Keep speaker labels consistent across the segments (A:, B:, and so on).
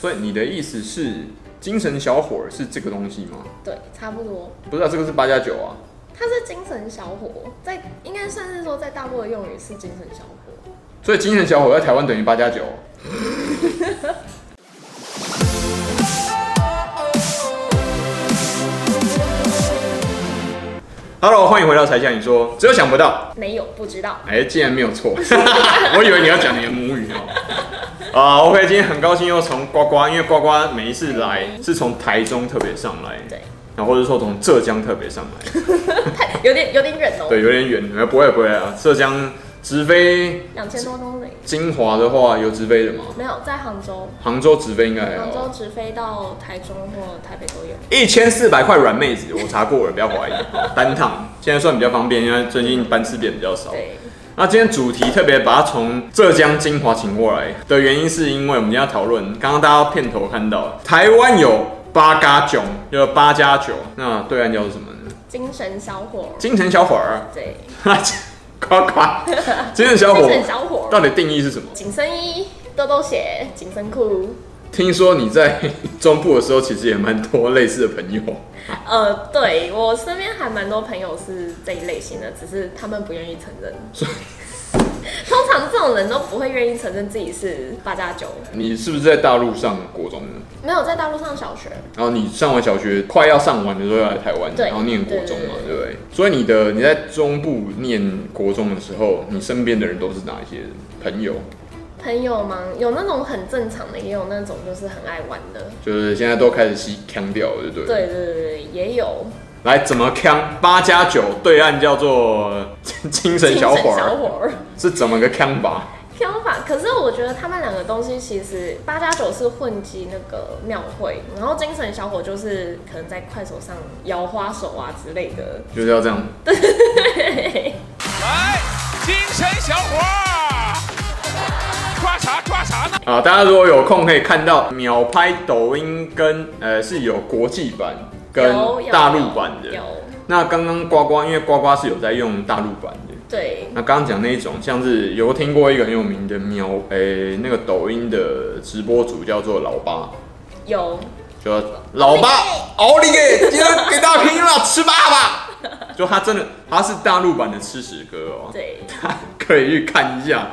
A: 所以你的意思是，精神小伙儿是这个东西吗？
B: 对，差不多。
A: 不是啊，这个是八加九啊。
B: 他是精神小伙，在应该算是说在大陆的用语是精神小伙。
A: 所以精神小伙在台湾等于八加九。Hello，欢迎回到才向你说，只有想不到，
B: 没有不知道，
A: 哎、竟然没有 错，我以为你要讲你的母语哦。啊、o k 今天很高兴又从呱呱，因为呱呱每一次来是从台中特别上来，
B: 对，
A: 然后或者说从浙江特别上来，
B: 太有点有点远哦，
A: 对，有点远，呃不会不会啊，浙江直飞
B: 两千多公里。
A: 金华的话有直飞的吗？
B: 没有，在杭州，
A: 杭州直飞应该还
B: 杭州
A: 好，
B: 直飞到台中或台北都有。
A: 一千四百块软妹子，我查过了，不要怀疑，单趟现在算比较方便，因为最近班次变比较少。
B: 对，
A: 那今天主题特别把它从浙江金华请过来的原因，是因为我们今天要讨论，刚刚大家片头看到了，台湾有八加九，就是八加九，那对岸叫做什么呢？
B: 精神小伙，
A: 精神小伙儿，
B: 对，
A: 夸夸，精神小伙
B: 精神小伙，
A: 到底定义是什么？
B: 紧身衣、豆豆鞋、紧身裤，
A: 听说你在 中部的时候，其实也蛮多类似的朋友。
B: 呃，对我身边还蛮多朋友是这一类型的，只是他们不愿意承认。通常这种人都不会愿意承认自己是八加九，
A: 你是不是在大陆上国中呢？
B: 没有在大陆上小学，
A: 然后你上完小学快要上完的时候要来台湾，
B: 对
A: 然后念国中嘛，
B: 对
A: 对不对？所以你的你在中部念国中的时候，你身边的人都是哪一些朋友？
B: 朋友嘛，有那种很正常的，也有那种就是很爱玩的。
A: 就是现在都开始吸腔调了，对不对？。
B: 对对对对，也有
A: 来，怎么腔？八加九，对岸叫做 精神小伙
B: 精神小
A: 儿，
B: 伙儿。
A: 是怎么个腔法？
B: 相反，可是我觉得他们两个东西其实八加九是混迹那个庙会，然后精神小伙就是可能在快手上摇花手啊之类 的。
A: 就是要这样。
C: 来，精神小伙儿，抓啥抓啥呢？
A: 啊，大家如果有空可以看到秒拍抖音跟呃是有国际版跟
B: 有有
A: 大陆版的。
B: 有
A: 那刚刚呱呱，因为呱呱是有在用大陆版的。
B: 对
A: 那刚刚讲那一种，像是有听过一个很有名的秒，诶、那个抖音的直播主叫做老八，
B: 有
A: 就老 八，奥利给，今天给大家拼了，吃爸 爸！就他真的，他是大陆版的吃屎哥哦，
B: 对
A: 大家 可以去看一下。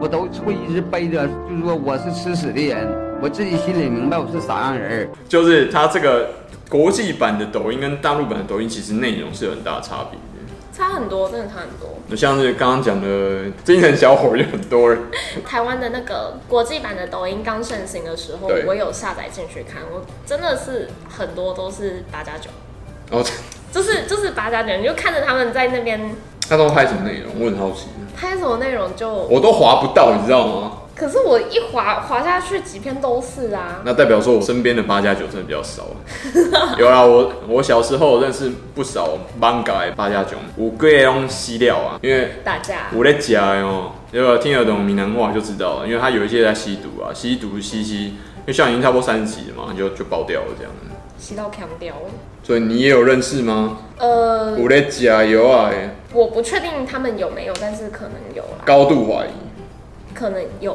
D: 我都会一直背着，就是说我是吃屎的人，我自己心里明白我是啥样人儿。
A: 就是它这个国际版的抖音跟大陆版的抖音，其实内容是有很大的差别的。
B: 差很多，真的差很多。
A: 就像是刚刚讲的精神小伙，就很多人，
B: 台湾的那个国际版的抖音刚盛行的时候
A: 对，
B: 我有下载进去看，我真的是很多都是八加九，
A: 然后
B: 就是就是八加九，你就看着他们在那边
A: 他都拍什么内容，我很好奇，
B: 拍什么内容就，
A: 我都划不到，你知道吗？
B: 可是我一滑滑下去几篇都是啊，
A: 那代表说我身边的八加九真的比较少。有啦，我我小时候认识不少 manga 的八加九，有贵用西料啊，因为
B: 打架
A: 我在家哦，如果听得懂闽南话就知道了，因为他有一些在吸毒啊，吸毒吸吸，因为像已经差不多三十级了嘛，就就爆掉了这样。
B: 吸到强调。
A: 所以你也有认识吗？
B: 呃，
A: 我在加油啊，
B: 我不确定他们有没有，但是可能有啦，
A: 高度怀疑。
B: 可能有。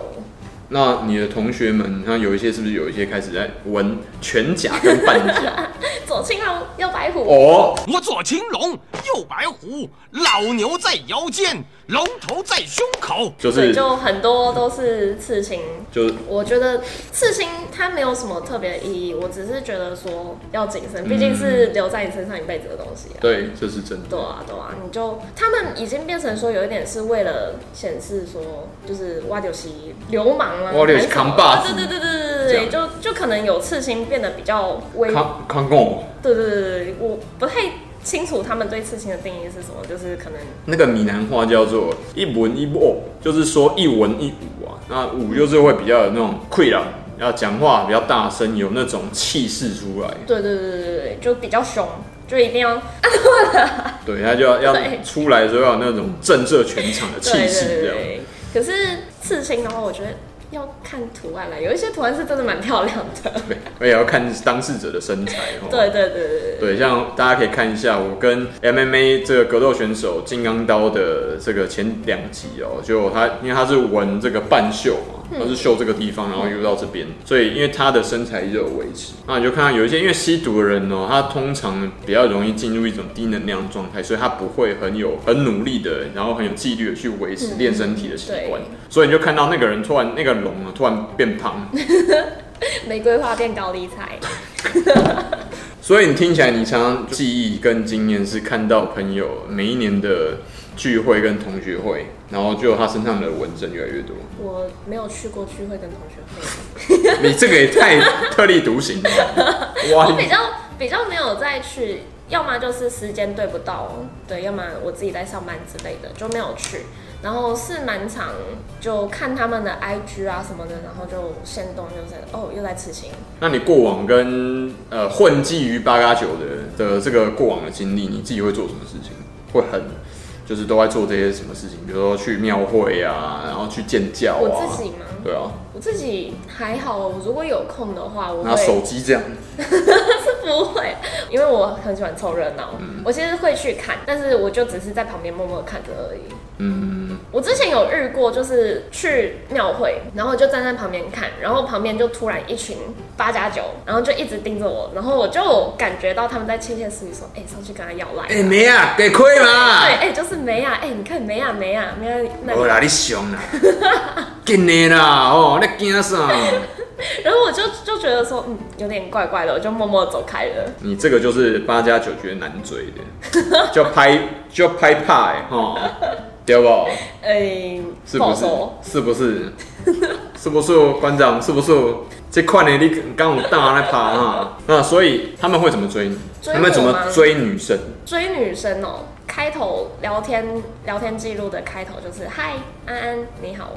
A: 那你的同学们，那有一些是不是有一些开始在闻全甲跟半 甲？
B: 左青龙，右白虎，
A: 哦，
C: 我左青龙，右白虎，老牛在腰间，龙头在胸口。
A: 就
B: 所以
A: 是
B: 就很多都是刺青。
A: 就是
B: 我觉得刺青它没有什么特别的意义，我只是觉得说要谨慎，毕竟是留在你身上一辈子的东西啊。
A: 对，这是真的。
B: 对啊，对啊，你就他们已经变成说有一点是为了显示说，就是挖掉西流氓啦、啊，
A: 挖就是扛把子
B: 对对对对
A: 这
B: 对对，
A: 样
B: 就就可能有刺青变得比较微，
A: 康康共
B: 对对对对，对我不太清楚他们对刺青的定义是什么，就是可能
A: 那个闽南话叫做一文一武，就是说一文一武啊。那武就是会比较有那种溃疡，要讲话比较大声，有那种气势出来。
B: 对对对对对，就比较凶，就一定要
A: 对，他就要要
B: 对
A: 出来的时候要有那种震慑全场的气
B: 对
A: 势，
B: 对
A: 这
B: 对
A: 样。
B: 对。可是刺青的话，我觉得要看图案了，有一些图案是真的蛮漂亮的。
A: 对，我也要看当事者的身材哦。
B: 对对对对对，
A: 对，像大家可以看一下，我跟 MMA 这个格斗选手金刚刀的这个前两集哦，就他因为他是纹这个半袖嘛，
B: 嗯
A: 他是秀这个地方，然后又到这边，所以因为他的身材一直有维持。那你就看到有一些因为吸毒的人哦，他通常比较容易进入一种低能量状态，所以他不会很有很努力的，然后很有纪律的去维持练身体的习惯。
B: 嗯对
A: 所以你就看到那个人突然那个龙啊，突然变胖，
B: 玫瑰花变高丽菜，
A: 所以你听起来，你常常记忆跟经验是看到朋友每一年的聚会跟同学会，然后就他身上的纹身越来越多。
B: 我没有去过聚会跟同学会，
A: 你这个也太特立独行了 吧，哇！
B: 我
A: 哦
B: 比
A: 你
B: 较比较没有再去，要么就是时间对不到，对，要么我自己在上班之类的就没有去。然后是蛮常就看他们的 IG 啊什么的，然后就先动就是哦又在吃青，
A: 那你过往跟呃混迹于八嘎九的的这个过往的经历，你自己会做什么事情？会很就是都在做这些什么事情？比如说去庙会啊，然后去见教啊，
B: 我自己吗
A: 对啊，
B: 我自己还好，我如果有空的话，我
A: 拿
B: 会
A: 手机这样，
B: 不会，因为我很喜欢凑热闹。
A: 嗯
B: 我其实会去看，但是我就只是在旁边默默看着而已。
A: 嗯，
B: 我之前有遇过，就是去庙会，然后就站在旁边看，然后旁边就突然一群八加九，然后就一直盯着我，然后我就感觉到他们在窃窃私语说：“哎、上去跟他要来。
A: 哎、没啊，给亏啦，
B: 对，哎、就是没呀、哎、你看没呀、没呀、没啊呀、那
A: 无啦，你想啦，紧的啦，哦，你惊啥？
B: 然后我就就觉得说，嗯，有点怪怪的，我就默默走开了。
A: 你这个就是八加九觉得难追 的，就拍就拍派哦，对不？
B: 哎、
A: 是
B: 不
A: 不
B: 好
A: 是
B: 说？
A: 是不是？是不是馆长？是不是？这款的你刚有大来拍啊？那所以他们会怎么追你？
B: 追
A: 他们
B: 我
A: 怎么
B: 吗
A: 追女生？
B: 追女生哦、开头聊天聊天记录的开头就是嗨安安你好，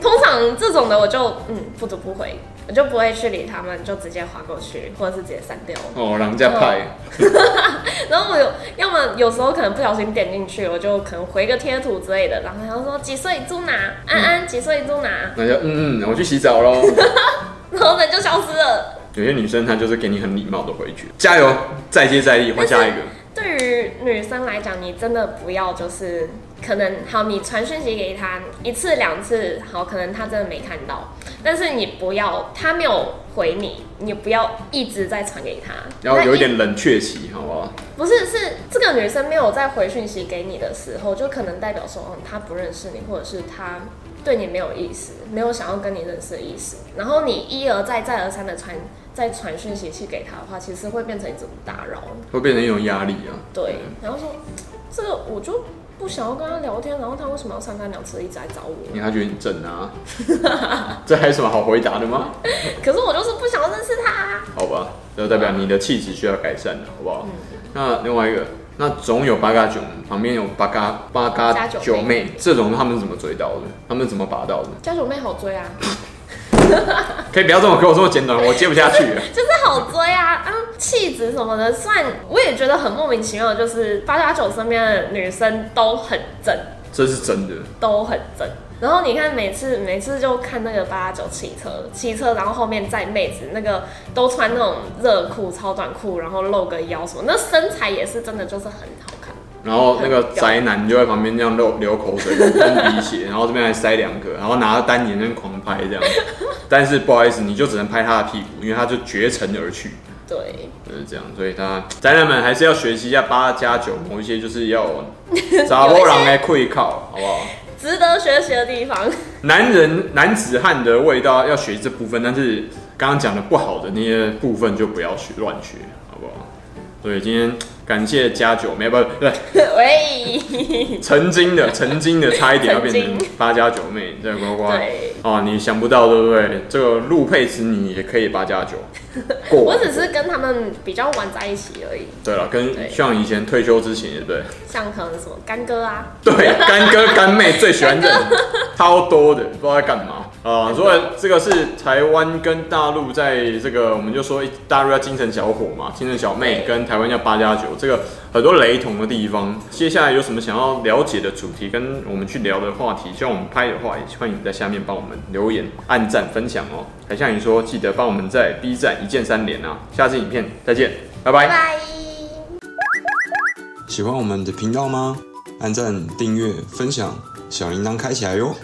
B: 通常这种的我就嗯不读不回，我就不会去理他们，就直接划过去，或者是直接删掉。
A: 哦，人家派，
B: 然后我有要么有时候可能不小心点进去，我就可能回个贴图之类的，然后他说几岁住哪，安安几岁住哪，
A: 人家嗯嗯，我去洗澡 喽。
B: 然后人就消失了。
A: 有些女生她就是给你很礼貌的回绝，加油，再接再厉，换下一个。
B: 对于女生来讲，你真的不要就是可能好，你传讯息给她一次两次，好，可能她真的没看到，但是你不要她没有回你，你不要一直在传给她，
A: 然后
B: 那
A: 有一点冷却期，好不好？
B: 不是是这个女生没有在回讯息给你的时候，就可能代表说哦，她不认识你，或者是她。对你没有意思，没有想要跟你认识的意思，然后你一而再、再而三的传、再传讯息去给她的话，其实会变成一种打扰。
A: 会变成一种压力啊。
B: 对，然后说这个我就不想要跟他聊天，然后他为什么要三番两次一直来找
A: 因为
B: 我？
A: 他觉得你正 啊，这还有什么好回答的吗？
B: 可是我就是不想要认识他啊。
A: 好吧，这代表你的气质需要改善了，好不好？
B: 嗯
A: 那另外一个，那总有八嘎囧，旁边有八嘎八嘎
B: 八嘎
A: 九
B: 九
A: 妹，这种他们是怎么追到的？他们是怎么拔到的？
B: 家九妹好追 啊，
A: 可以不要这么给我这么简短，我接不下 去了。
B: 就是好追啊，啊，气质什么的，虽然我也觉得很莫名其妙，就是八加九身边的女生都很正，
A: 这是真的，
B: 都很正。然后你看每次每次就看那个八加九骑车，骑车然后后面载妹子，那个都穿那种热裤、超短裤，然后露个腰什么，那身材也是真的就是很好看。
A: 然后那个宅男就在旁边这样流流口 水、喷鼻血，然后这边还塞两个，然后拿着单眼在那狂拍这样。 但是不好意思，你就只能拍他的屁股，因为他就绝尘而去。
B: 对，
A: 就是这样，所以他宅男们还是要学习一下八加九，某一些就是 要杂波狼来愧靠，好不好？
B: 值得学习的地 方。
A: 男人男子汉的味道要学这部分，但是刚刚讲的不好的那些部分就不要学乱学，好不好？所以今天感谢加九，没有不是不是
B: 喂，
A: 曾经的曾经的差一点要变
B: 曾
A: 成
B: 经
A: 八加九妹，这个呱呱
B: 对
A: 哦，你想不到对不对？这个陆佩慈你也可以八加九，过
B: 我只是跟他们比较玩在一起而已，
A: 对了，跟
B: 对
A: 像以前退休之前也对。
B: 像可能什么干哥啊，
A: 对，干哥干妹最喜欢这种超多的，不知道在干嘛啊、所以这个是台湾跟大陆在这个，我们就说大陆叫精神小伙嘛，精神小妹跟台湾叫八加九，这个很多雷同的地方。接下来有什么想要了解的主题，跟我们去聊的话题，希望我们拍的话，也欢迎在下面帮我们留言、按赞、分享哦。还向你说，记得帮我们在 B 站一键三连啊！下次影片再见，拜拜。
B: 拜。
E: 喜欢我们的频道吗？按赞、订阅、分享，小铃铛开起来哟！